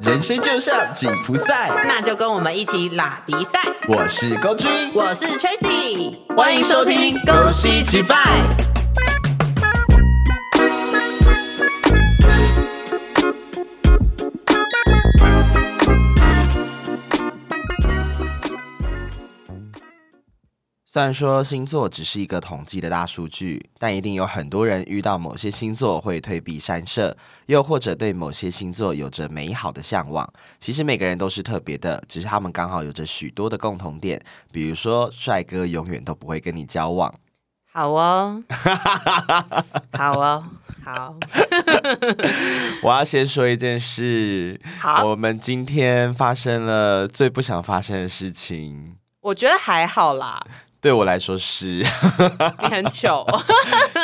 人生就像紧箍赛，那就跟我们一起拉迪赛。我是高君，我是 Tracy，欢迎收听《恭喜击败》。虽然说星座只是一个统计的大数据，但一定有很多人遇到某些星座会退避三舍，又或者对某些星座有着美好的向往。其实每个人都是特别的，只是他们刚好有着许多的共同点，比如说帅哥永远都不会跟你交往。好 哦，好哦，好，我要先说一件事，好，我们今天发生了最不想发生的事情，我觉得还好啦，对我来说是。你很糗。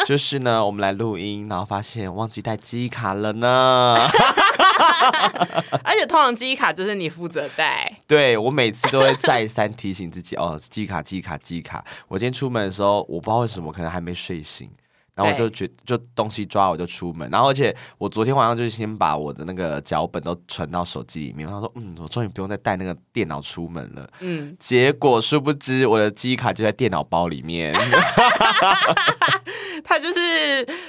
就是呢，我们来录音，然后发现忘记带记忆卡了呢。 而且通常记忆卡就是你负责带，对我每次都会再三提醒自己，哦，记忆卡，记忆卡，记忆卡。我今天出门的时候，我不知道为什么，可能还没睡醒，然后我就觉就东西抓我就出门，然后而且我昨天晚上就是先把我的那个脚本都存到手机里面，然后说，嗯，我终于不用再带那个电脑出门了。嗯，结果殊不知，我的记忆卡就在电脑包里面。它就是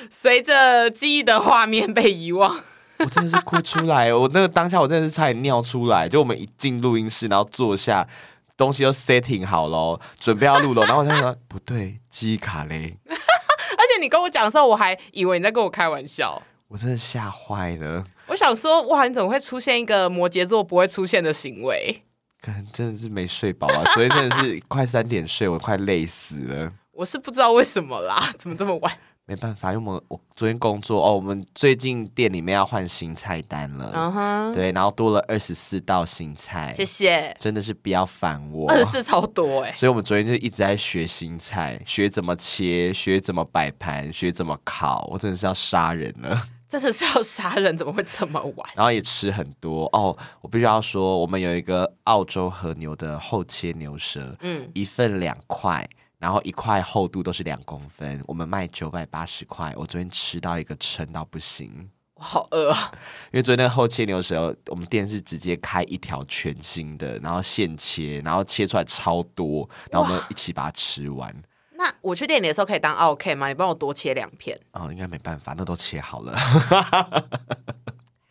随着记忆的画面被遗忘。我真的是哭出来，我那个当下我真的是差点尿出来。就我们一进录音室，然后坐下，东西都 setting 好咯，准备要录了，然后我就说不对，记忆卡嘞，而且你跟我讲的时候，我还以为你在跟我开玩笑。我真的吓坏了，我想说，哇，你怎么会出现一个摩羯座不会出现的行为？可能真的是没睡饱啊，昨天真的是快三点睡，我快累死了。我是不知道为什么啦，怎么这么晚？没办法，因为我们我昨天工作哦，我们最近店里面要换新菜单了嗯哼，对，然后多了二十四道新菜，谢谢。真的是不要烦我，二十四超多哎、所以我们昨天就一直在学新菜，学怎么切，学怎么摆盘，学怎么烤，我真的是要杀人了。 真的是要杀人，怎么会这么晚？然后也吃很多哦，我必须要说，我们有一个澳洲和牛的厚切牛舌，嗯，一份两块。然后一块厚度都是两公分，我们卖九百八十块。我昨天吃到一个撑到不行，因我好饿啊，为昨天那个厚切牛舌，我们店是直接开一条全新的，然后现切，然后切出来超多，然后我们一起把它吃完。 那我去店里的时候可以当 OK 吗？你帮我多切两片。哦，应该没办法，那都切好 了。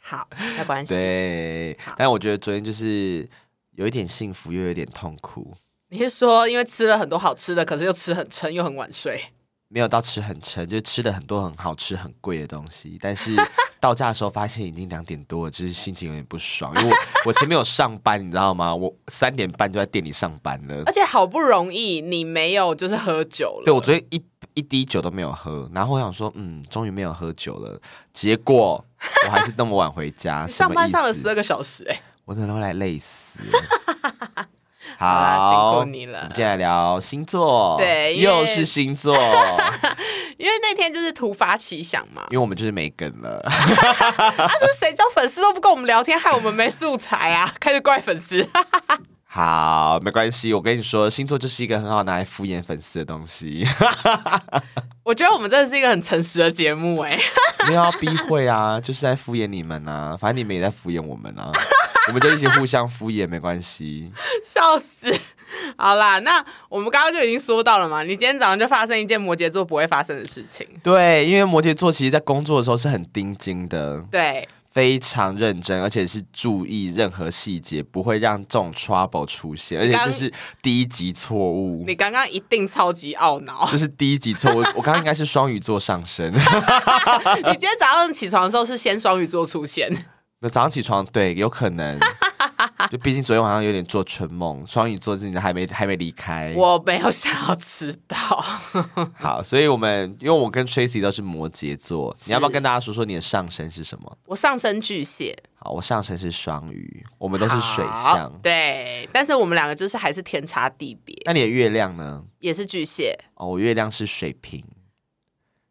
好，没关系。对，但我觉得昨天就是有一点幸福，又有点痛苦，你是说因为吃了很多好吃的，可是又吃很撑，又很晚 睡？没有到吃很撑，就是吃了很多很好吃、很贵的东西，但 是到家的时候发现已经两点多了，就是心情有点不爽，因为我我前面有上班，你知道吗？我三点半就在店里上班了而。且好不容易你没有就是喝酒了。对，我昨天一一滴酒都没有喝，然后我想说，嗯，终于没有喝酒了，结果我还是那么晚回家， 你什上么班意上了思十二个小时、哎，我真的会来累死。 好啦，辛好苦，你了我们。接下来聊星座，对因为又是星座， 因为那天就是突发奇想 嘛，因为我们就是没梗了。啊，是谁叫粉丝都不跟我们聊天，害我们没素材啊？开始怪粉丝， 好，没关系，我跟你说，星座就是一个很好拿来敷衍粉丝的东西，我觉得我们真的是一个很诚实的节目哎、没有要避讳啊，就是在敷衍你们啊，反正你们也在敷衍我们啊，我们就一起互相敷衍，没关系。 笑死！好啦，那我们刚刚就已经说到了嘛，你今天早上就发生一件摩羯座不会发生的事情，对，因为摩羯座其实在工作的时候是很盯紧的，对，非常认真，而且是注意任何细节，不会让这种 trouble 出现，而且刚这是第一级错误你。刚刚一定超级懊 恼。 这是第一级错误，我刚刚应该是双鱼座上升。 你今天早上起床的时候是先双鱼座出现，那早上起床，对，有可 能，就毕竟昨天晚上有点做春梦，双鱼座真的还没还没离开。我没有想要迟到。好，所以我们因为我跟 Tracy 都是摩羯座，你要不要跟大家说说你的上升是什么？我上升巨蟹，好，我上升是双鱼，我们都是水好象。对，但是我们两个就是还是天差地别，那你的月亮呢？也是巨蟹。哦，我月亮是水瓶，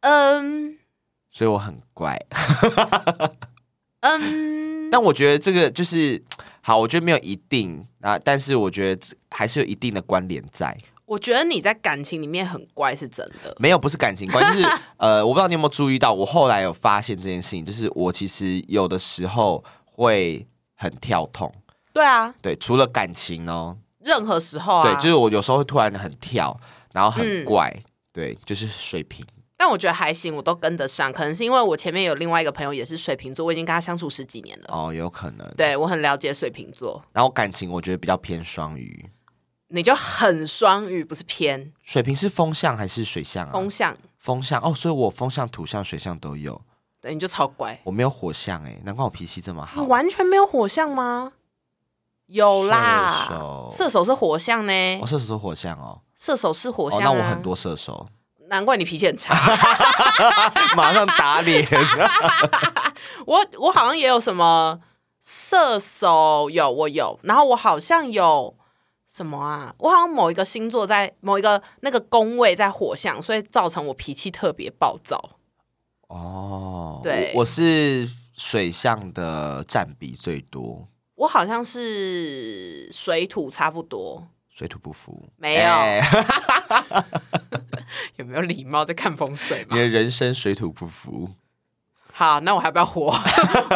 嗯所以我很乖。 嗯，但我觉得这个就是好，我觉得没有一定啊，但是我觉得还是有一定的关联在，我觉得你在感情里面很乖是真的，没有不是感情观， 就是呃，我不知道你有没有注意到，我后来有发现这件事情，就是我其实有的时候会。很跳痛。对啊，对，除了感情哦，任何时候啊，对，就是我有时候会突然很跳，然后很嗯怪，对，就是水平。但我觉得还行，我都跟得上。可能是因为我前面有另外一个朋友也是水瓶座，我已经跟他相处十几年了，哦，有可能。对我很了解水瓶座。然后感情我觉得比较偏双鱼，你就很双鱼，不是偏水瓶是风象还是水象啊？风向，风象哦，所以我风象、土象、水象都有，对，你就超乖。我没有火象哎、难怪我脾气这么你好。完全没有火象吗？有啦，射手射手是火象呢哦，，射手座火象哦，射手是火哦，象、啊那我很，多射手， 难怪你脾气很差。马上打 脸。我我好像也有什么射手有，我有，然后我好像有什么啊？我好像某一个星座在某一个那个宫位在火象，所以造成我脾气特别暴躁。哦，对我我是水象的占比最多，我好像是水土差不多，水土不服。没有哎 有没有礼貌在看风水你嘛？的人生水土不服。好，那我还不要火，我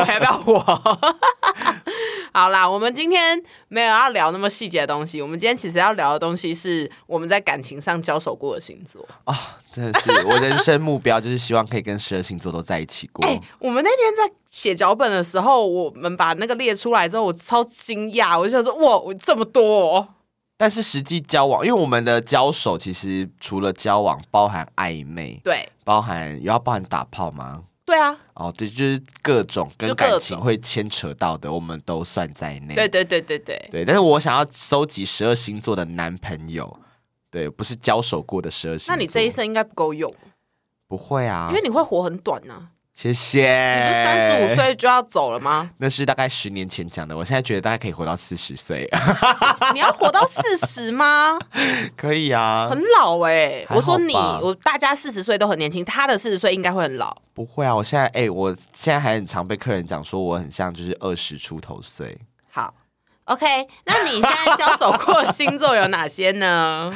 还不要火。 好啦，我们今天没有要聊那么细节的东西，我们今天其实要聊的东西是我们在感情上交手过的星座。哦，真 的是我人生目标， 就是希望可以跟十二星座都在一起过。哎、我们那天在写脚本的时候，我们把那个列出来之后，我超惊讶，我就想说，哇，我这么多、哦，但是实际交往，因为我们的交手其实除了交往，包含暧昧，对包含有要包含打炮吗？对啊，哦，对，就是各种跟就各种感情会牵扯到的，我们都算在内。对对对对对，对，但是我想要收集十二星座的男朋友，对，不是交手过的十二星座。那你这一生应该不够用，不会啊？因为你会活很短呐、谢谢。啊，你不是三十五，岁就要走了吗？ 那是大概十年前讲的，我现在觉得大概可以活到四十岁，啊你要活到四十吗？ 可以啊？很老哎、还好吧我说你，我大家四十岁都很年轻，他的四十岁应该会很老。不会啊，我现在哎、我现在还很常被客人讲说我很像就是二十出头岁。好，OK，那你现在交手过的星座有哪些呢？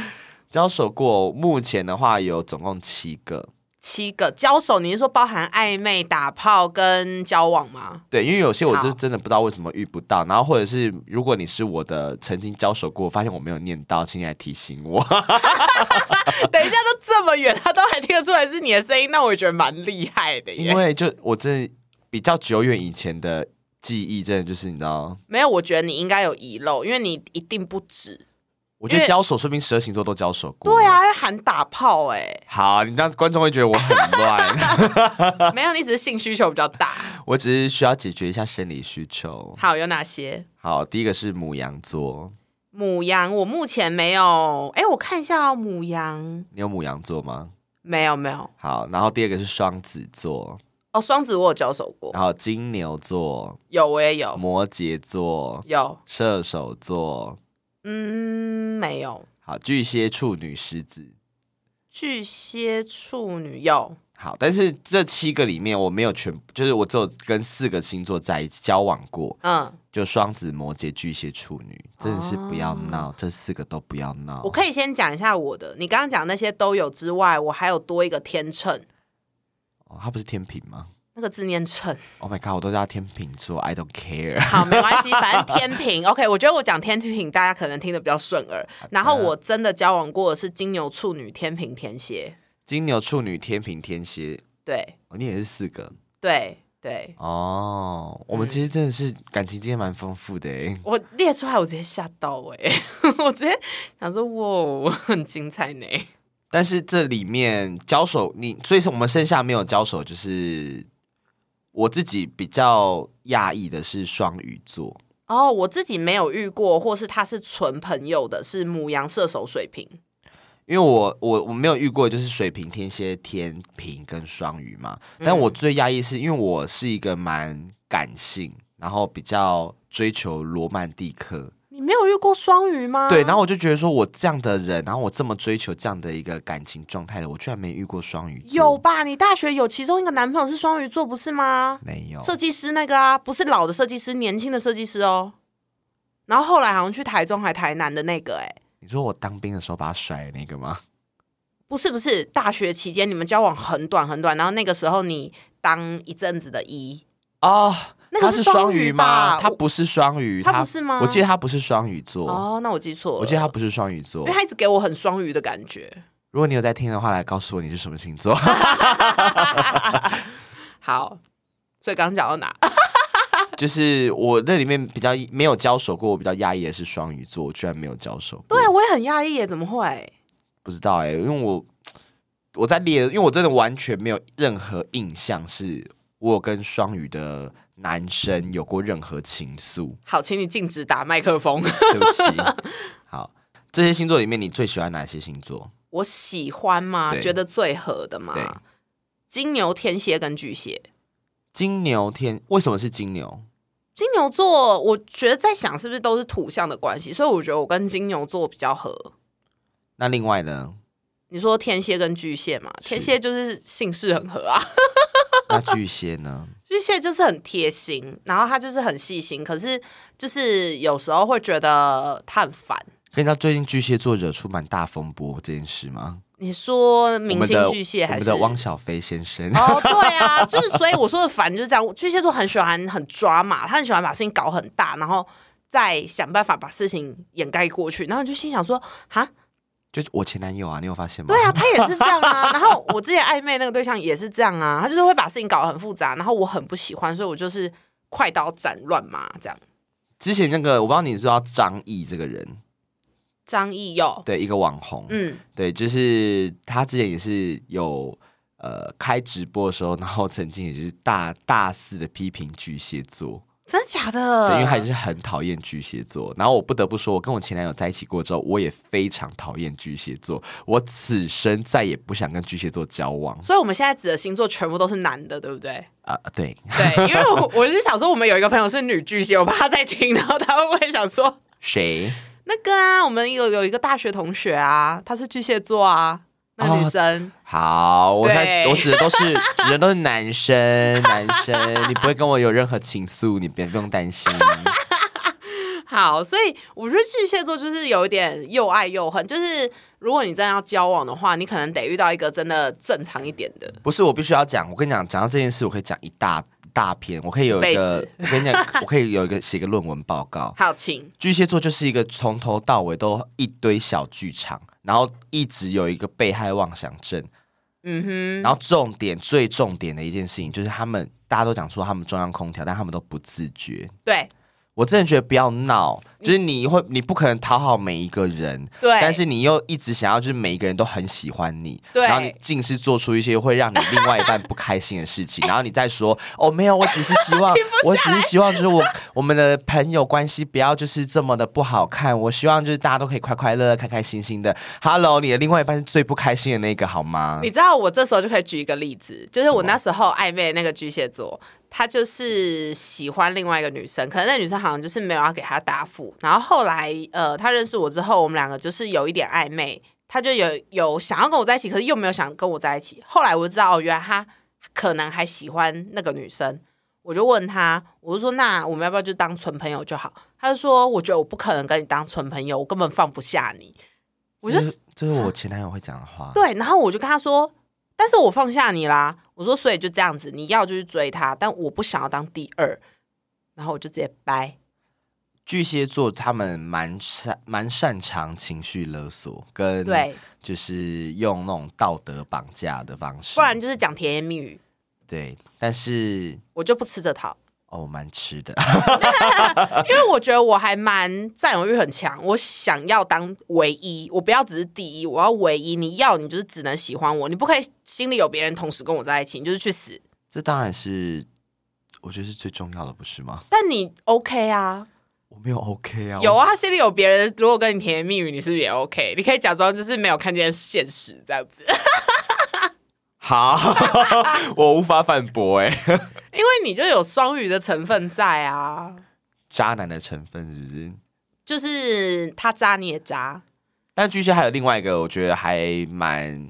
交手过，目前的话有总共七个，七个交手，你是说包含暧昧、打炮跟交往吗？对，因为有些我好就真的不知道为什么遇不到，然后或者是如果你是我的曾经交手过，发现我没有念到，请你来提醒我。 等一下都这么远，他都还听得出来是你的声音，那我也觉得蛮厉害 的 因耶。为就我真的比较久远以前的记忆，真的就是你知道，没有，我觉得你应该有遗漏，因为你一定不止。我觉得因为交手，说明十二星座都交手过。对，啊，要喊打炮哎、好，你让观众会觉得我很乱，没有，你只是性需求比较大。我只是需要解决一下生理需求。好，有哪些？好，第一个是母羊座，母羊，我目前没有。哎，我看一下、哦，母羊你有母羊座吗？没有没有。好，然后第二个是双子座，哦，双子我有交手过，然后金牛座、有我也有摩羯座、有，射手座，嗯，没有。好，巨蟹、处女、狮子。巨蟹、处女有，好，但是这七个里面我没有全，就是我只有跟四个星座在一起交往过，嗯，就双子、摩羯、巨蟹、处女，真的是不要闹，这四个都不要闹我。可以先讲一下我的。你刚刚讲那些都有之外，我还有多一个天秤，哦，他不是天平吗那个字念 秤。 ？Oh my god，我都叫他天秤座，I don't care。 好，没关系，反正天平。OK，我觉得我讲天平，大家可能听得比较顺耳。然后我真的交往过的是金牛、处女、天平、天蝎。金牛、处女、天平、天蝎，对哦，你也是四个对对，哦。我们其实真的是感情经验蛮丰富的欸诶。我列出来，我直接吓到哎、 我直接想说，哇，很精彩呢。但是这里面交手，你所以说我们剩下没有交手，就是我自己比较讶异的是双鱼座。哦，我自己没有遇过，或是他是纯朋友的，是母羊、射手、水瓶。因为我我我没有遇过，就是水瓶、天蝎、天平跟双鱼嘛。但我最压抑是因为我是一个蛮感性，然后比较追求罗曼蒂克，你没有遇过双鱼吗？对。然后我就觉得说我这样的人，然后我这么追求这样的一个感情状态的，我居然没遇过双鱼座，有吧？你大学有其中一个男朋友是双鱼座，不是吗？没有？设计师那个啊，不是老的设计师，年轻的设计师哦。然后后来好像去台中还台南的那个、哎，你说我当兵的时候把他甩的那个吗？不是不是，大学期间你们交往很短很短，然后那个时候你当一阵子的一，哦，那个他是双鱼吧？吗？他我不是双鱼，他不是吗我记得他不是双鱼座，哦，那我记错了，我记得他不是双鱼座因为。他一直给我很双鱼的感觉。如果你有在听的话，来告诉我你是什么星座。 好，所以刚刚讲到哪？就是我那里面比较没有交手过，我比较压抑的是双鱼座，我居然没有交手过。对啊，我也很讶异耶，怎么会？不知道哎、因为我我在列，因为我真的完全没有任何印象是我有跟双鱼的男生有过任何情愫。好，请你禁止打麦克风。对不 起，好，这些星座里面你最喜欢哪些星座？我喜欢吗？对觉得最合的对吗？金牛、天蝎跟巨蟹。金牛天为什么是金牛？金牛座，我觉得在想是不是都是土象的关系，所以我觉得我跟金牛座比较合。那另外呢？ 你说天蝎跟巨蟹嘛，是天蝎就是性事很合啊， 那巨蟹呢？巨蟹就是很贴心，然后他就是很细心，可是就是有时候会觉得他很烦。可以知道最近巨蟹座惹出蛮大风波这件事吗？你说我明们星的巨蟹还我们是的汪小菲先 生？哦，对啊，就是所以我说的烦就是这样。巨蟹座很喜欢很抓马，他很喜欢把事情搞很大，然后再想办法把事情掩盖过去。然后你就心想说，哈，就是我前男友啊，你有发现吗？对啊，他也是这样啊。然后我之前暧昧那个对象也是这样啊，他就是会把事情搞得很复杂，然后我很不喜欢，所以我就是快刀斩乱麻这样。之前那个我不知道你知道张译这个人，张译哦佑，对，一个网红，嗯，对，就是他之前也是有呃开直播的时候，然后曾经也就是大大肆的批评巨蟹座，真的假对，的？因为他也是很讨厌巨蟹座。然后我不得不说，我跟我前男友在一起过之后，我也非常讨厌巨蟹座，我此生再也不想跟巨蟹座交往所以我们现在指的星座全部都是男的，对不对？啊、对，对，因为我我是想说，我们有一个朋友是女巨蟹，我怕她在听，然后她会不会想说谁？那个啊，我们有有一个大学同学啊，她是巨蟹座啊，那女哦生、好，我在对我指的都是指的都是男生， 男生，你不会跟我有任何情愫，你别不用担心。好，所以我觉得巨蟹座就是有一点又爱又恨，就是如果你真的要交往的话，你可能得遇到一个真的正常一点的。不是，我必须要讲。我跟你讲，讲到这件事，我可以讲一大一大篇。我可以有一个，我跟你讲，我可以有一个写一个论文报告。好，请巨蟹座就是一个从头到尾都一堆小剧场，然后一直有一个被害妄想症。嗯然后重点最重点的一件事情就是，他们大家都讲说他们中央空调，但他们都不自觉。哼，对我真的觉得不要闹，就是你会你不可能讨好每一个人，对，但是你又一直想要，就是每一个人都很喜欢你，对然后你尽是做出一些会让你另外一半不开心的事 情，然后你再说哦，没有，我只是希望，我只是希望就是我我们的朋友关系不要就是这么的不好看，我希望就是大家都可以快快乐乐、开开心心的。Hello，你的另外一半是最不开心的那个好吗你？知道我这时候就可以举一个例子，就是我那时候暧昧的那个巨蟹座，他就是喜欢另外一个女生，可能那女生好像就是没有要给他答复。然后后来呃，他认识我之后，我们两个就是有一点暧昧，他就有有想要跟我在一起，可是又没有想跟我在一起。后来我就知道，哦，原来他可能还喜欢那个女生。我就问他，我就说那我们要不要就当纯朋友就好？他就说我觉得我不可能跟你当纯朋友，我根本放不下你。我就这是这是我前男友会讲的话，对，然后我就跟他说，但是我放下你啦。我说，所以就这样子，你要就去追他，但我不想要当第二。然后我就直接掰。巨蟹座他们蛮擅蛮擅长情绪勒索跟对，就是用那种道德绑架的方式，不然就是讲甜言蜜语，对，但是我就不吃这套，哦，我蛮吃的， 因为我觉得我还蛮占有欲很强，我想要当唯一，我不要只是第一，我要唯一。你要你就是只能喜欢我，你不可以心里有别人同时跟我在一起，你就是去死。这当然是我觉得是最重要的，不是吗？但你 OK 啊？我没有 OK 啊，有啊，他心里有别人，如果跟你甜言蜜语，你是不是也 OK？你可以假装就是没有看见现实这样子。好， 我无法反驳哎，因为你就有双鱼的成分在啊，渣男的成分是不是？就是他渣你也渣，但巨蟹还有另外一个，我觉得还蛮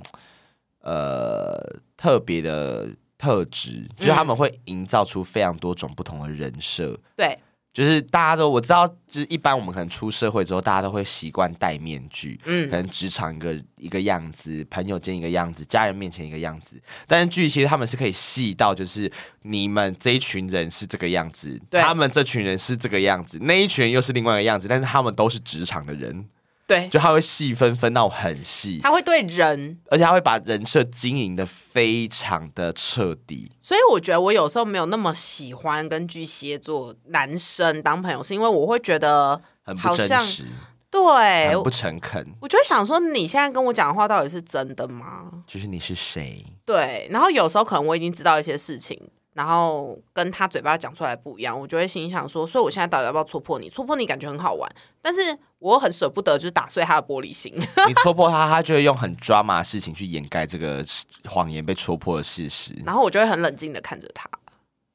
呃特别的特质，就是他们会营造出非常多种不同的人设，对，就是大家都我知道，就是一般我们可能出社会之后，大家都会习惯戴面具，可嗯，能职场一个一个样子，朋友间一个样子，家人面前一个样子。但是剧其实他们是可以细到，就是你们这一群人是这个样子，对他们这群人是这个样子，那一群人又是另外一个样子，但是他们都是职场的人，对，就他会细分分到很细，他会对人，而且他会把人设经营的非常的彻底。所以我觉得我有时候没有那么喜欢跟巨蟹座男生当朋友，是因为我会觉得，很不好真像哎实，对很不诚恳，我就会想说，你现在跟我讲的话到底是真的吗？就是你是谁？对，然后有时候可能我已经知道一些事情，然后跟他嘴巴讲出来不一样，我就会心里想说，所以我现在到底要不要戳破你？戳破你感觉很好玩，但是我又很舍不得，就是打碎他的玻璃心。 你戳破他，他就会用很抓马的事情去掩盖这个谎言被戳破的事实，然后我就会很冷静的看着他，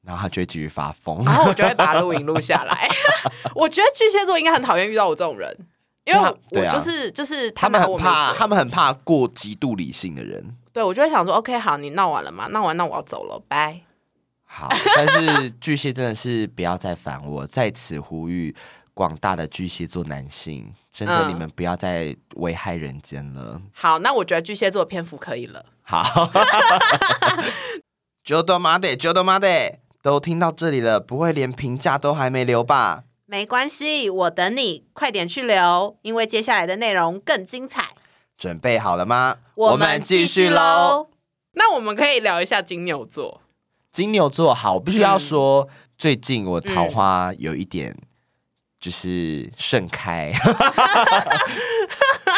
然后他就会继续发疯然。后我就会把录影录下来。 我觉得巨蟹座应该很讨厌遇到我这种人，因为我对我啊就是就是 他们拿我很没怕，辙他们很怕过极度理性的人。对我就会想说，OK，好，你闹完了吗？闹完那我要走了，拜。好，但是巨蟹真的是不要再烦我，在此呼吁广大的巨蟹座男性，真的嗯你们不要再危害人间了。好，那我觉得巨蟹座的篇幅可以了。好 j o d o m a d e j o d o m a d e 都听到这里了，不会连评价都还没留吧？没关系，我等你，快点去留，因为接下来的内容更精彩。准备好了吗？我们继续喽。。那我们可以聊一下金牛座，金牛座好，我必须要说，最近我桃嗯花有一点就是盛开，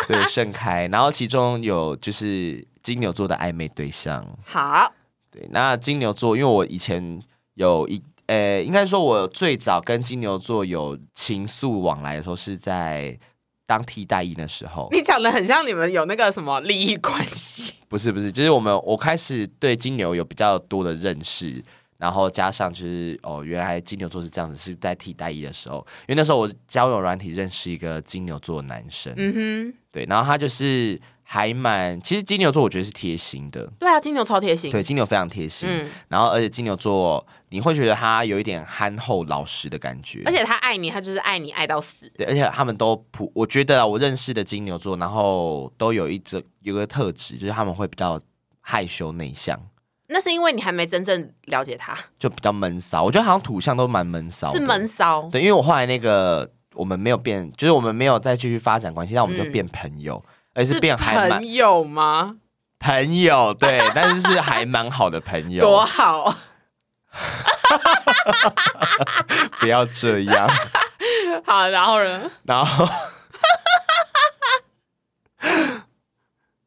对，盛开。然后其中有就是金牛座的暧昧对象，好，对，那金牛座，因为我以前有一。呃，应该说，我最早跟金牛座有情愫往来的时候，是在当替代役的时候。你讲的很像你们有那个什么利益关系，不是不是，就是我们我开始对金牛有比较多的认识，然后加上就是哦，原来金牛座是这样子，是在替代役的时候，因为那时候我交友软体认识一个金牛座的男生，嗯哼，对，然后他就是还蛮，其实金牛座我觉得是贴心的，对啊，金牛超贴心，对，金牛非常贴心，嗯，然后而且金牛座你会觉得他有一点憨厚老实的感觉，而且他爱你，他就是爱你爱到死，对，而且他们都普，我觉得啊我认识的金牛座，然后都有一这有个特质，就是他们会比较害羞内向。那是因为你还没真正了解他，就比较闷骚。我觉得好像土象都蛮闷骚，是闷。骚，对，因为我后来那个我们没有变，就是我们没有再继续发展关系，但我们就变朋友，而且是变还蛮嗯朋友吗？朋友，对，但是是还蛮好的朋 友。多好，不要这样，好，然后呢？然后。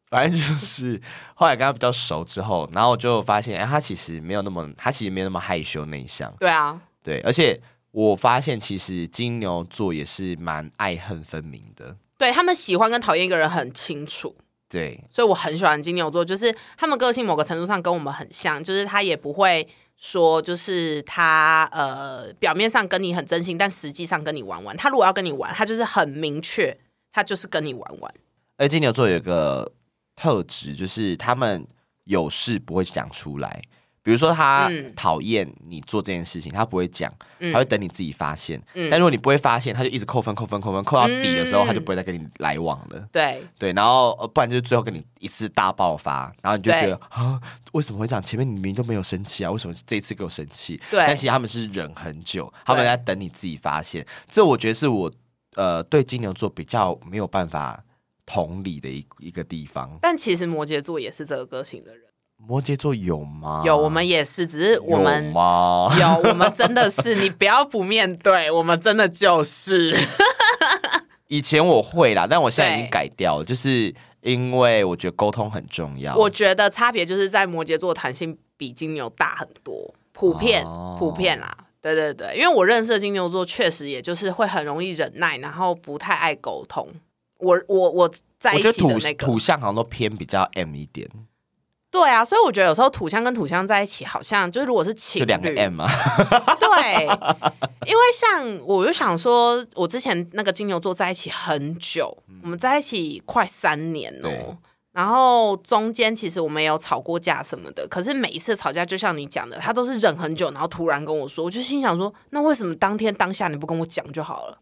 反正就是后来跟他比较熟之后，然后我就发现，哎，他其实没有那么，他其实没有那么害羞内向，对啊，对，而且我发现其实金牛座也是蛮爱恨分明的，对他们喜欢跟讨厌一个人很清楚，对，所以我很喜欢金牛座，就是他们个性某个程度上跟我们很像，就是他也不会说，就是他呃表面上跟你很真心，但实际上跟你玩玩。他如果要跟你玩，他就是很明确，他就是跟你玩玩。而金牛座有一个特质，就是他们有事不会讲出来。比如说，他嗯讨厌你做这件事情，他不会讲，嗯他会等你自己发现。嗯但如果你不会发现，他就一直扣分、扣分、扣分，扣到底的时候，嗯他就不会再跟你来往了。对，对，然后呃不然就是最后跟你一次大爆发，然后你就觉对得啊，为什么会这样？前面你明明都没有生气啊，为什么这一次给我生气？对但其实他们是忍很久，他们在等你自己发现。这我觉得是我呃对金牛座比较没有办法同理的一一个地方。但其实摩羯座也是这个个性的人，摩羯座有吗？有我们也是，只是啊我有 们。吗？有，我们真的是，你不要不面对，我们真的就是，以前我会啦，但我现在已经对改掉了，就是因为我觉得沟通很重要。我觉得差别就是在摩羯座弹性比金牛大很多，普遍、哦普遍啦。对对对，因为我认识的金牛座确实也就是会很容易忍耐，然后不太爱沟通。我我我在我一觉得起土的那个土，象好像都偏比较 M 一点，对啊，所以我觉得有时候土象跟土象在一起，好像就是如果是情就侣，两个 M 啊。对，因为像我就想说，我之前那个金牛座在一起很久，我们在一起快三年哦、对然后中间其实我们也有吵过架什么的，可是每一次吵架，就像你讲的，他都是忍很久，然后突然跟我说，我就心想说，那为什么当天当下你不跟我讲就好了？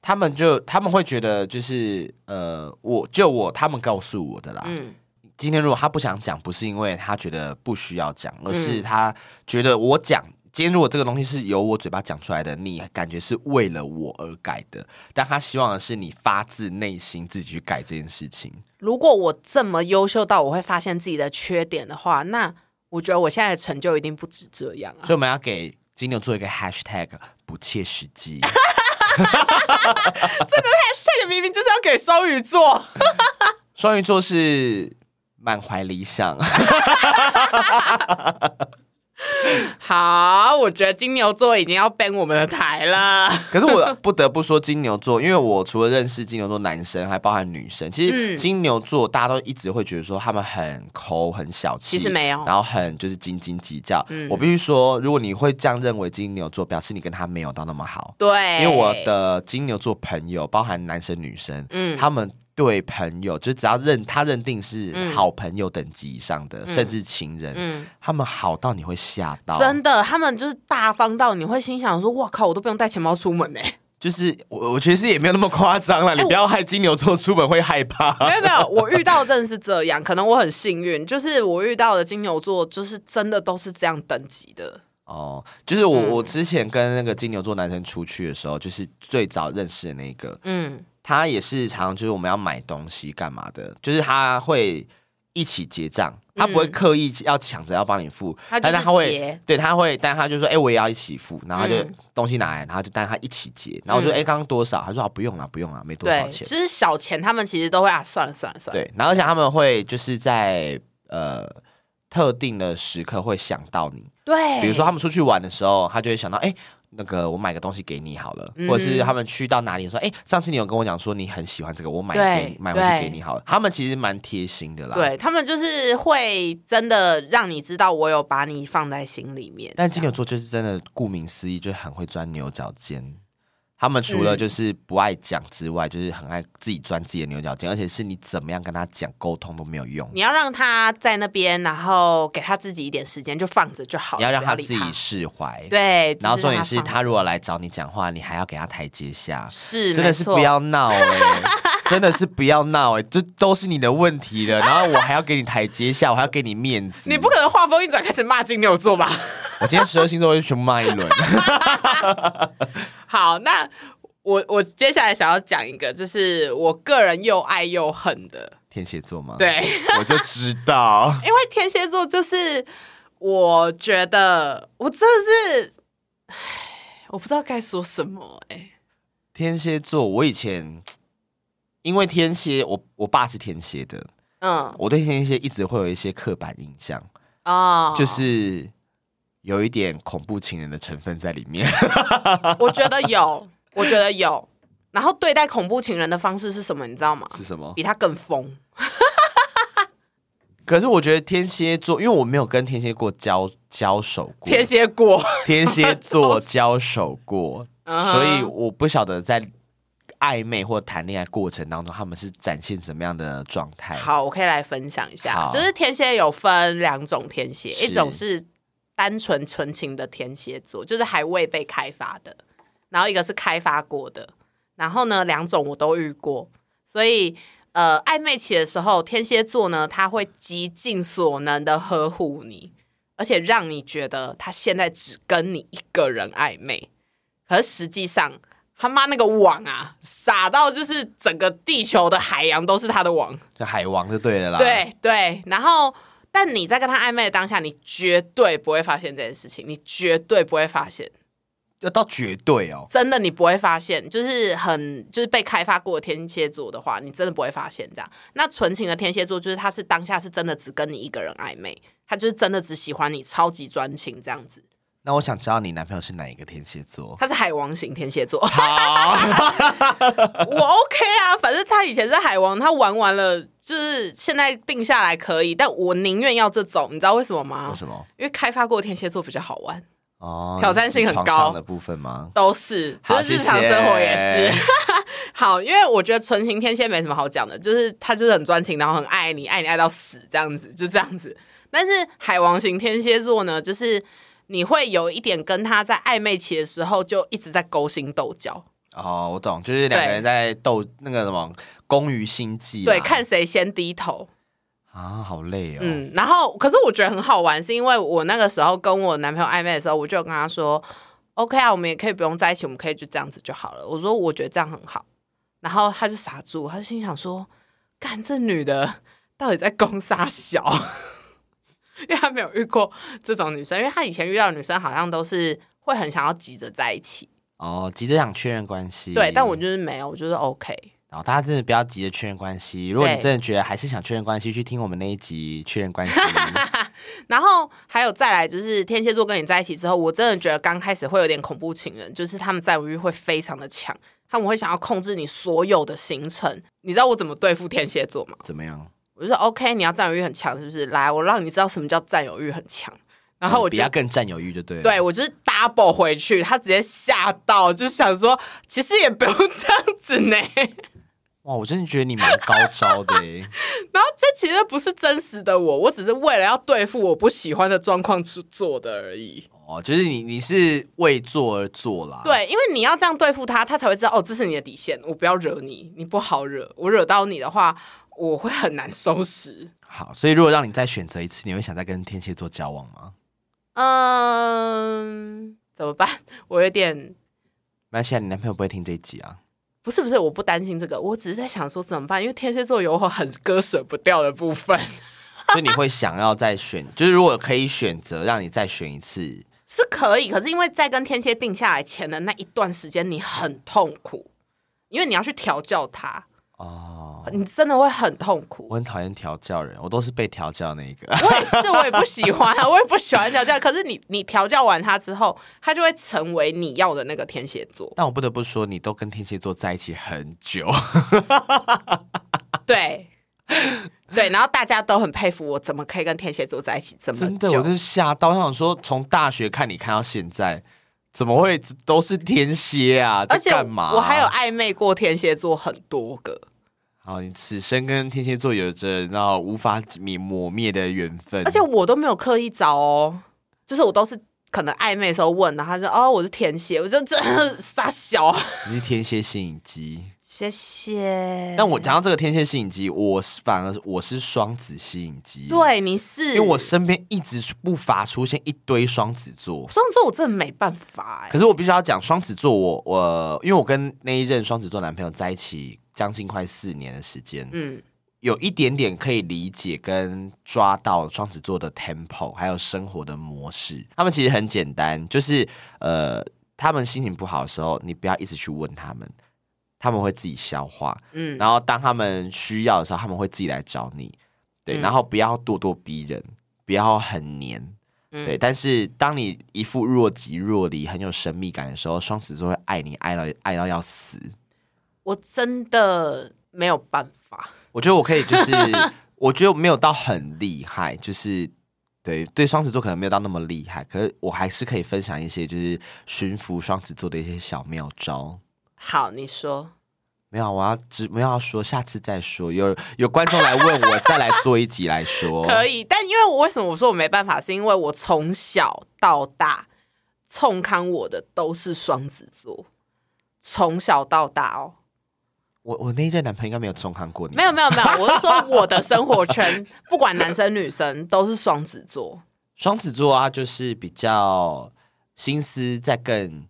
他们就他们会觉得就是呃，我就我他们告诉我的啦。嗯今天如果他不想讲，不是因为他觉得不需要讲，而是他觉得我讲。今天如果这个东西是由我嘴巴讲出来的，你感觉是为了我而改的，但他希望的是你发自内心自己去改这件事情。如果我这么优秀到我会发现自己的缺点的话，那我觉得我现在的成就一定不止这样啊所！以我们要给金牛做一个 hashtag 不切实际。这个哎明明就是要给双鱼座，双鱼座是满怀理想，好，我觉得金牛座已经要 ban 我们的台了。可是我不得不说金牛座，因为我除了认识金牛座男生，还包含女生。其实嗯金牛座大家都一直会觉得说他们很抠、很小气，其实没有嗯然后很就是斤斤计较。我必须说，如果你会这样认为金牛座，表示你跟他没有到那么好。 对，因为我的金牛座朋友，包含男生女生，嗯他们对朋友，就只要认他认定是嗯好朋友等级以上的，甚至情人，嗯，他们好到你会吓到，真的，他们就是大方到你会心想说：“哇靠，我都不用带钱包出门 欸呢、就是我我其实也没有那么夸张哎啦，你不要害金牛座出门会害怕。 没有没有，我遇到的真的是这样，可能我很幸运，就是我遇到的金牛座，就是真的都是这样等级的。哦，就是嗯我、我之前跟那个金牛座男生出去的时候，就是最早认识的那个，嗯，他也是常常就是我们要买东西干嘛的，就是他会一起结账，他不会刻意要抢着要帮你付，嗯他就是但是他会结对他会，但他就说哎、我也要一起付，然后他就嗯东西拿来，然后就但他一起结，然后我就哎刚刚多少，他说啊不用了不用了，没多少对，钱，就是小钱，他们其实都会啊，算了算了算了。对，然后而且他们会就是在呃特定的时刻会想到你，对，比如说他们出去玩的时候，他就会想到，哎、那个我买个东西给你好了，嗯或者是他们去到哪里说，哎、上次你有跟我讲说你很喜欢这个，我买对给你买回去给你好了。他们其实蛮贴心的啦。。对他们就是会真的让你知道我有把你放在心里面。但金牛座就是真的，顾名思义就很会钻牛角尖。他们除了就是不爱讲之外，就是很爱自己钻自己的牛角尖，而且是你怎么样跟他讲沟通都没有用，你要让他在那边，然后给他自己一点时间，就放着就好了。你要让不他理自己释怀。。对，然后就是重点让是放他着如果来找你讲话，你还要给他台阶下。是真的是没错不要闹哎、真的是不要闹哎、这都是你的问题了。然后我还要给你台阶下，我还要给你面子。 你不，可能话锋一转开始骂金牛 座吧？我今天十二星座会全部骂一轮。 好，那我我接下来想要讲一个，就是我个人又爱又恨的，天蝎座吗？，对，我就知道。因为天蝎座就是我觉得我真的是，唉我不知道该说什么哎、天蝎座，我以前因为天蝎，我我爸是天蝎的，嗯我对天蝎一直会有一些刻板印象，啊，就是有一点恐怖情人的成分在里面。 我觉得有，我觉得有。然后对待恐怖情人的方式是什么？你知道吗？是什么？比他更疯。可是我觉得天蝎座，因为我没有跟天蝎过交交手过，天蝎过，天蝎座交手过，嗯哼所以我不晓得在暧昧或谈恋爱过程当中，他们是展现什么样的状态。好，我可以来分享一下好，就是天蝎有分两种天蝎，是一种是单纯纯情的天蝎座，就是还未被开发的，然后一个是开发过的，然后呢，两种我都遇过，所以。呃，暧昧期的时候，天蝎座呢，他会极尽所能的呵护你，而且让你觉得他现在只跟你一个人暧昧，可是实际上他妈那个网啊，撒到就是整个地球的海洋都是他的网。就海王就对了啦。，对对，然后但你在跟他暧昧的当下，你绝对不会发现这件事情，你绝对不会发现，要到绝对哦。真的你不会发现，就是很就是被开发过的天蝎座的话，你真的不会发现这样。那纯情的天蝎座就是他是当下是真的只跟你一个人暧昧，他就是真的只喜欢你，超级专情这样子。那我想知道你男朋友是哪一个天蝎座？他是海王型天蝎座，我 OK 啊，反正他以前是海王，他玩完了就是现在定下来可以，但我宁愿要这种，你知道为什么吗？为什么？因为开发过的天蝎座比较好玩。哦，挑战性很床高上的部分吗？都是，就好是日常生活也是。 谢谢好，因为我觉得纯情天蝎没什么好讲的，就是他就是很专情，然后很爱你，爱你爱到死这样子，就这样子。但是海王型天蝎座呢，就是你会有一点跟他在暧昧期的时候就一直在勾心斗角，哦，我懂，就是两个人在斗那个什么攻于心计啦，对，看谁先低头。啊，好累哦，嗯，然后可是我觉得很好玩，是因为我那个时候跟我男朋友暧昧的时候，我就有跟他说，OK 啊，我们也可以不用在一起，我们可以就这样子就好了。我说我觉得这样很好，然后他就傻住，他就心想说，干这女的到底在攻杀小？ 因为他没有遇过这种女生，因为他以前遇到的女生好像都是会很想要急着在一起，哦，急着想确认关系，对，但我就是没有，我就是 OK。然后大家真的不要急着确认关系，如果你对真的觉得还是想确认关系，去听我们那一集确认关 系。然后还有再来就是天蝎座跟你在一起之后，我真的觉得刚开始会有点恐怖情人，就是他们占有欲会非常的强，他们会想要控制你所有的行程。你知道我怎么对付天蝎座吗？怎么样？我就说 OK，你要占有欲很强是不是？来，我让你知道什么叫占有欲很强。然后我嗯比就较更占有欲就对了。对我就是 double 回去，他直接吓到，就想说其实也不用这样子呢。 哇，我真的觉得你蛮高招的欸 耶然后这其实不是真实的我，我只是为了要对付我不喜欢的状况去做的而已。哦，就是你你是为做而做啦。，对，因为你要这样对付他，他才会知道哦，这是你的底线，我不要惹你，你不好惹，我惹到你的话，我会很难收拾。好，所以如果让你再选择一次，你会想再跟天蝎座交往吗？嗯，怎么办？ 我有点那现在你男朋友不会听这一集啊？不是不是，我不担心这个，我只是在想说怎么办，因为天蝎座有我很割舍不掉的部分， 所以你会想要再选，就是如果可以选择让你再选一次，是可以，可是因为在跟天蝎定下来前的那一段时间，你很痛苦，因为你要去调教他，哦，你真的会很痛苦。我很讨厌调教人，我都是被调教那一个。 我也是，我也不喜欢，啊 我也不喜欢调教。可是你你调教完他之后，他就会成为你要的那个天蝎座。但我不得不说，你都跟天蝎座在一起很久，啊对，对，然后大家都很佩服我，怎么可以跟天蝎座在一起这么真的，我久？真是吓到。我想说，从大学看你看到现在，怎么会都是天蝎啊？而且在干嘛、我还有暧昧过天蝎座很多个，好，你此生跟天蝎座有着然后无法灭抹灭的缘分。而且我都没有刻意找哦，就是我都是可能暧昧的时候问，然后他说哦我是天蝎，我就真的傻小，你是天蝎吸引机，谢谢。但我讲到这个天蝎吸引机，我是反而我是双子吸引机。。对你是，因为我身边一直不乏出现一堆双子座，双子座我真的没办法哎、可是我必须要讲双子座我，我因为我跟那一任双子座男朋友在一起将近快四年的时间，嗯，有一点点可以理解跟抓到双子座的 tempo，还有生活的模式。他们其实很简单，就是呃，他们心情不好的时候，你不要一直去问他们，他们会自己消化。嗯然后当他们需要的时候，他们会自己来找你。对，嗯然后不要咄咄逼人，不要很黏。嗯对，但是当你一副若即若离、很有神秘感的时候，双子座会爱你爱到爱到要死。我真的没有办法。我觉得我可以，就是 我觉得我没有到很厉害，就是对对双子座可能没有到那么厉害，可是我还是可以分享一些就是驯服双子座的一些小妙招。好，你说，没有，啊我要只没有要说，下次再说。有有观众来问我，再来做一集来说。 可以，但因为我为什么我说我没办法，是因为我从小到大冲康我的都是双子座，从小到大哦，我我那一任男朋友应该没有重看过你，没有没有没 有，我是说我的生活圈，不管男生女生都是双子座，双子座啊，就是比较心思再更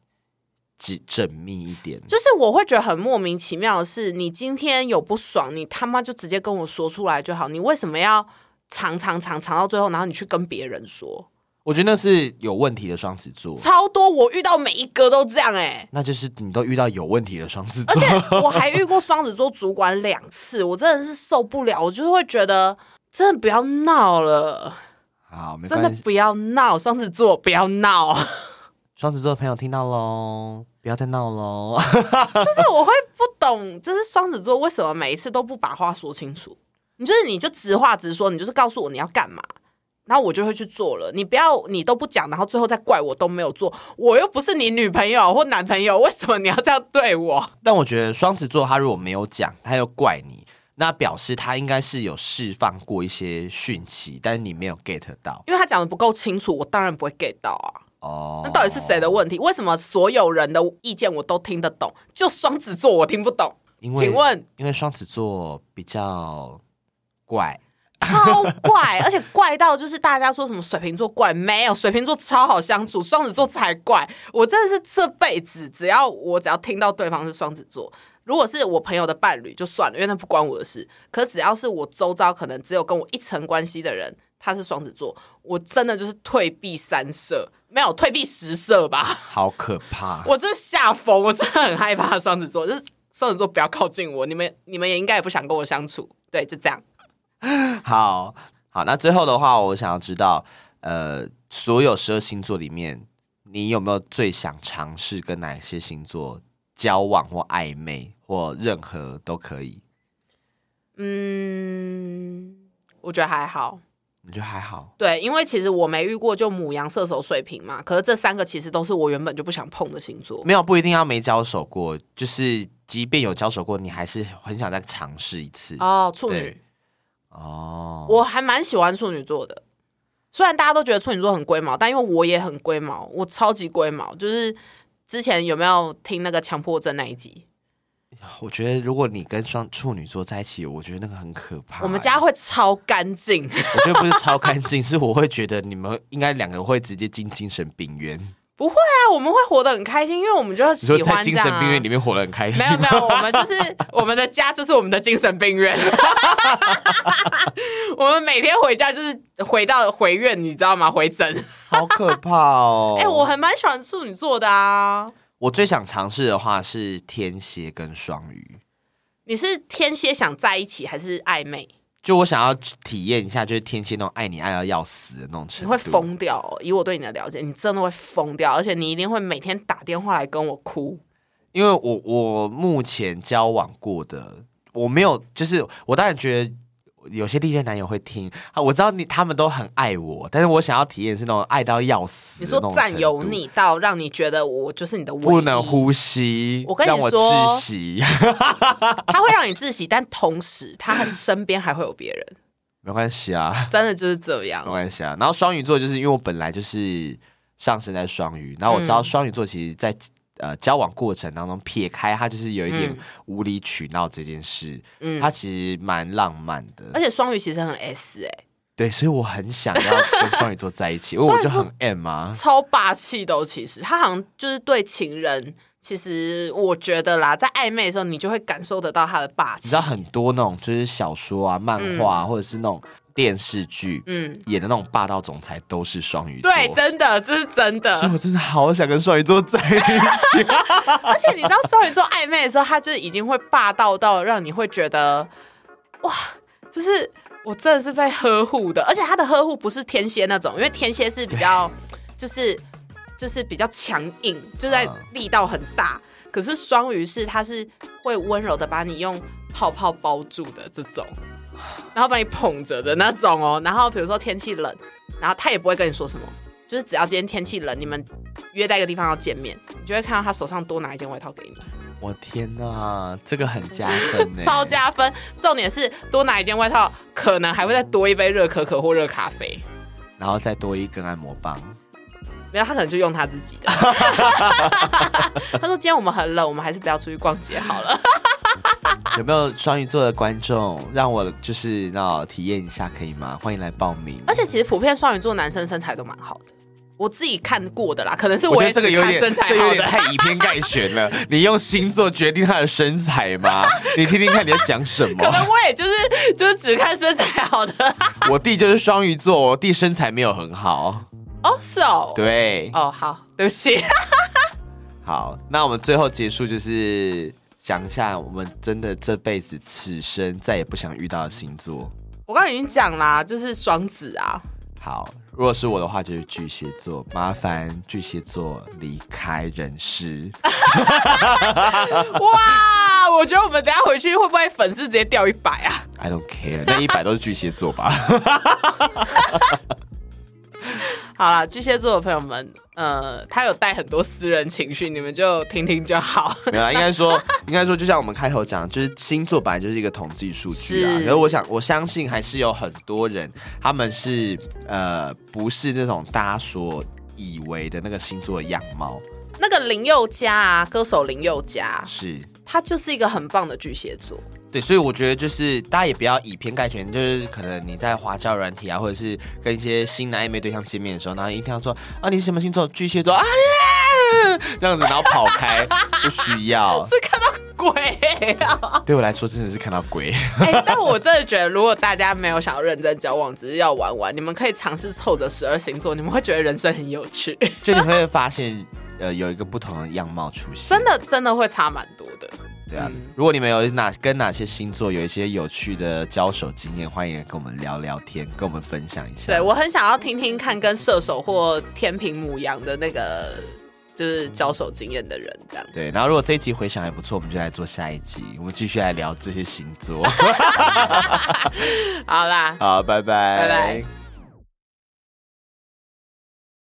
缜缜密一点。就是我会觉得很莫名其妙的是，你今天有不爽，你他妈就直接跟我说出来就好，你为什么要藏藏藏藏到最后，然后你去跟别人说？我觉得那是有问题的双子座，超多，我遇到每一个都这样哎、 那就是你都遇到有问题的双子座而。且我还遇过双子座主管两次，我真的是受不了，我就是会觉得真的不要闹了， 好，没真的关系，不要闹，双子座不要 闹，双子座的朋友听到喽，不要再闹喽。就是我会不懂，就是双子座为什么每一次都不把话说清楚，你就是你就直话直说，你就是告诉我你要干嘛，然后我就会去做了。你不要你都不讲，然后最后再怪我都没有做，我又不是你女朋友或男朋友，为什么你要这样对我？ 但我觉得双子座他如果没有讲，他又怪你，那表示他应该是有释放过一些讯息，但是你没有 get 到因为他讲的不够清楚，我当然不会 get 到啊。哦。那到底是谁的问题？为什么所有人的意见我都听得懂，就双子座我听不懂？因为请问因为双子座比较怪，超 怪，而且怪到就是大家说什么水瓶座怪，没有水瓶座超好相处，双子座才怪。我真的是这辈子，只要我只要听到对方是双子座，如果是我朋友的伴侣就算了，因为那不关我的事。可只要是我周遭可能只有跟我一层关系的人，他是双子座，我真的就是退避三舍，没有退避十舍吧。好可怕。 我真的吓疯，我真的很害怕双子座，就是双子座不要靠近我，你们你们也应该也不想跟我相处，对，就这样。好好，那最后的话，我想要知道，呃，所有十二星座里面，你有没有最想尝试跟哪些星座交往或暧昧，或任何都可以？嗯，我觉得还好。你觉得还好？对，因为其实我没遇过就母羊、射手、水瓶嘛，可是这三个其实都是我原本就不想碰的星座。没有，不一定要没交手过，就是即便有交手过，你还是很想再尝试一次。哦，处女对，哦，我还蛮喜欢处女座的。虽然大家都觉得处女座很龟毛，但因为我也很龟毛，我超级龟毛。就是之前有没有听那个强迫症那一集？我觉得如果你跟双处女座在一起，我觉得那个很可怕。我们家会超干净，我觉得不是超干净，是我会觉得你们应该两个会直接进精神病院。不会啊，我们会活得很开心，因为我们就你喜说欢在这精样、神啊。病院里面活得很开心没有没有，我们就是我们的家就是我们的精神病院。 我们每天回家就是回到回院，你知道吗？回诊。 好可怕哦！哎、我很蛮喜欢处女座的啊。我最想尝试的话是天蝎跟双鱼，你是天蝎想在一起还是暧昧？就我想要体验一下，就是天蝎那种爱你爱到要死的那种程你度。会疯掉哦、以我对你的了解，你真的会疯掉，而且你一定会每天打电话来跟我哭。因为我我目前交往过的，我没有，就是我当然觉得有些历任男友会听啊，我知道你他们都很爱我，但是我想要体验是那种爱到要死你的那说种程度，占有你到让你觉得我就是你的唯一，不能呼吸，我跟你让我说窒息， 他会让你窒息，但同时他身边还会有别人，没关系啊，真的就是这样没。关系啊。然后双鱼座就是因为我本来就是上升在双鱼，然后我知嗯道双鱼座其实在，呃交往过程当中，撇开他就是有一点嗯无理取闹这件事，嗯呃他其实蛮浪漫的，而且双鱼其实很 S 哎、对，所以我很想要跟双鱼座在一 起，因为我就很 M 啊。超霸气的哦。其实他好像就是对情人，其实我觉得啦，在暧昧的时候，你就会感受得到他的霸你气知道。很多那种就是小说啊、漫画、啊或者是那种电视剧、嗯，演的那种霸道总裁都是双鱼座，对，真的，这是真所以的。我真的好想跟双鱼座在一起。 而且你知道双鱼座暧昧的时候，他就已经会霸道到让你会觉得，哇，就是我真的是被呵护的。而且他的呵护不是天蝎那种，因为天蝎是比较 就是就是比较强硬，就在嗯力道很大。可是双鱼是它是会温柔的把你用泡泡包住的这种，然后把你捧着的那种哦。然后比如说天气冷，然后他也不会跟你说什么，就是只要今天天气冷，你们约在一个地方要见面，你就会看到他手上多拿一件外套给你，我天哪，这个很加分欸呢、超。加分。重点是多拿一件外套，可能还会再多一杯热可可或热咖啡。然后再多一根按摩棒，没有，他可能就用他自己 的。他说：“今天我们很冷，我们还是不要出去逛街好了。有没有双鱼座的观众让我就是那体验一下可以吗？欢迎来报名”。而且其实普遍双鱼座男生身材都蛮好的，我自己看过的啦，可能是我觉也得这个只有看点身材，这有好点的。太以偏概全了。 你用星座决定他的身材吗？ 你听听看你在讲什可能么。我也就是就是只看身材好的 我弟就是双鱼座，我弟身材没有很好。哦，是哦，对，哦，好，对不起， 好，那我们最后结束就是讲一下我们真的这辈子此生再也不想遇到的星座。我刚刚已经讲啦，就是双子啊，好，如果是我的话就是巨蟹座，麻烦巨蟹座离开人世。 哇，我觉得我们等一下回去会不会粉丝直接掉一百啊？ I don't care，那一百都是巨蟹座吧。好啦，巨蟹座的朋友们，呃，他有带很多私人情绪，你们就听听就好。没有啦，应该说，应该说，就像我们开头讲，就是星座本来就是一个统计数据啊。是可是我想，我相信还是有很多人，他们是呃，不是那种大家所以为的那个星座的样貌， 那个林宥嘉啊，歌手林宥嘉，是他就是一个很棒的巨蟹座。对。所以我觉得，就是大家也不要以偏概全，就是可能你在华教软体啊，或者是跟一些新的暧昧对象见面的时候，然后一听到说啊，你是什么星座？巨蟹座啊。这样子，然后跑开，不需 要。 是看到鬼、 啊！对我来说，真的是看到鬼。哎、但我真的觉得，如果大家没有想要认真交往，只是要玩玩，你们可以尝试凑着十二星座，你们会觉得人生很有趣，就你会发现，呃，有一个不同的样貌出现。真的真的会差蛮多的。对啊，如果你们有哪跟哪些星座有一些有趣的交手经验，欢迎跟我们聊聊天，跟我们分享一下。对我很想要听听看跟射手或天平母羊的那个就是交手经验的人这样。对，然后如果这一集回响还不错，我们就来做下一集，我们继续 来聊这些星座。好啦，好，拜拜，拜拜。